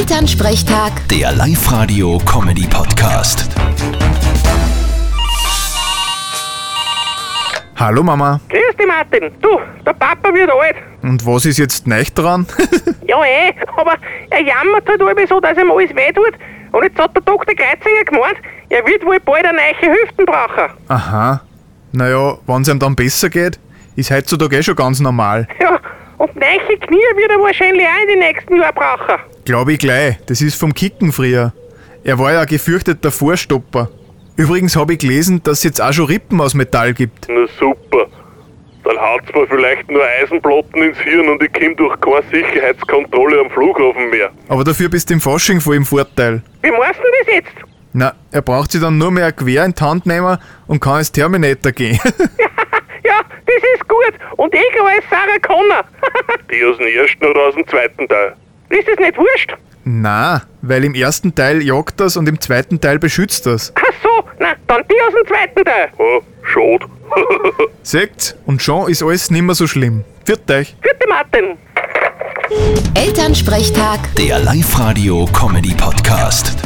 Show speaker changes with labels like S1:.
S1: Elternsprechtag,
S2: Der Live-Radio-Comedy-Podcast.
S3: Hallo Mama.
S4: Grüß dich, Martin. Du, der Papa wird alt.
S3: Und was ist jetzt nicht dran?
S4: Ja, eh, aber er jammert halt alle so, dass ihm alles weh tut. Und jetzt hat der Dr. Kreitzinger gemeint, er wird wohl bald eine neue Hüften brauchen.
S3: Aha. Naja, wenn es ihm dann besser geht, ist heutzutage eh schon ganz normal.
S4: Ja, und neue Knie wird er wahrscheinlich auch in den nächsten Jahren brauchen.
S3: Glaube ich gleich, das ist vom Kicken früher. Er war ja ein gefürchteter Vorstopper. Übrigens habe ich gelesen, dass es jetzt auch schon Rippen aus Metall gibt.
S5: Na super. Dann haut's mir vielleicht nur Eisenplatten ins Hirn und ich komm durch keine Sicherheitskontrolle am Flughafen mehr.
S3: Aber dafür bist du im Fasching voll im Vorteil.
S4: Wie meinst du das jetzt?
S3: Na, er braucht sie dann nur mehr quer in die Hand nehmen und kann ins Terminator gehen.
S4: ja, das ist gut. Und ich als Sarah Connor.
S5: Die aus dem ersten oder aus dem zweiten Teil.
S4: ist das nicht wurscht?
S3: Na, weil im ersten Teil jagt das und im zweiten Teil beschützt das.
S4: Ach so, na, dann die aus dem zweiten Teil.
S5: Oh, schade.
S3: Seht's, und schon ist alles nimmer so schlimm. Viert euch!
S4: Vierte Martin.
S1: Elternsprechtag.
S2: Der Live-Radio-Comedy-Podcast.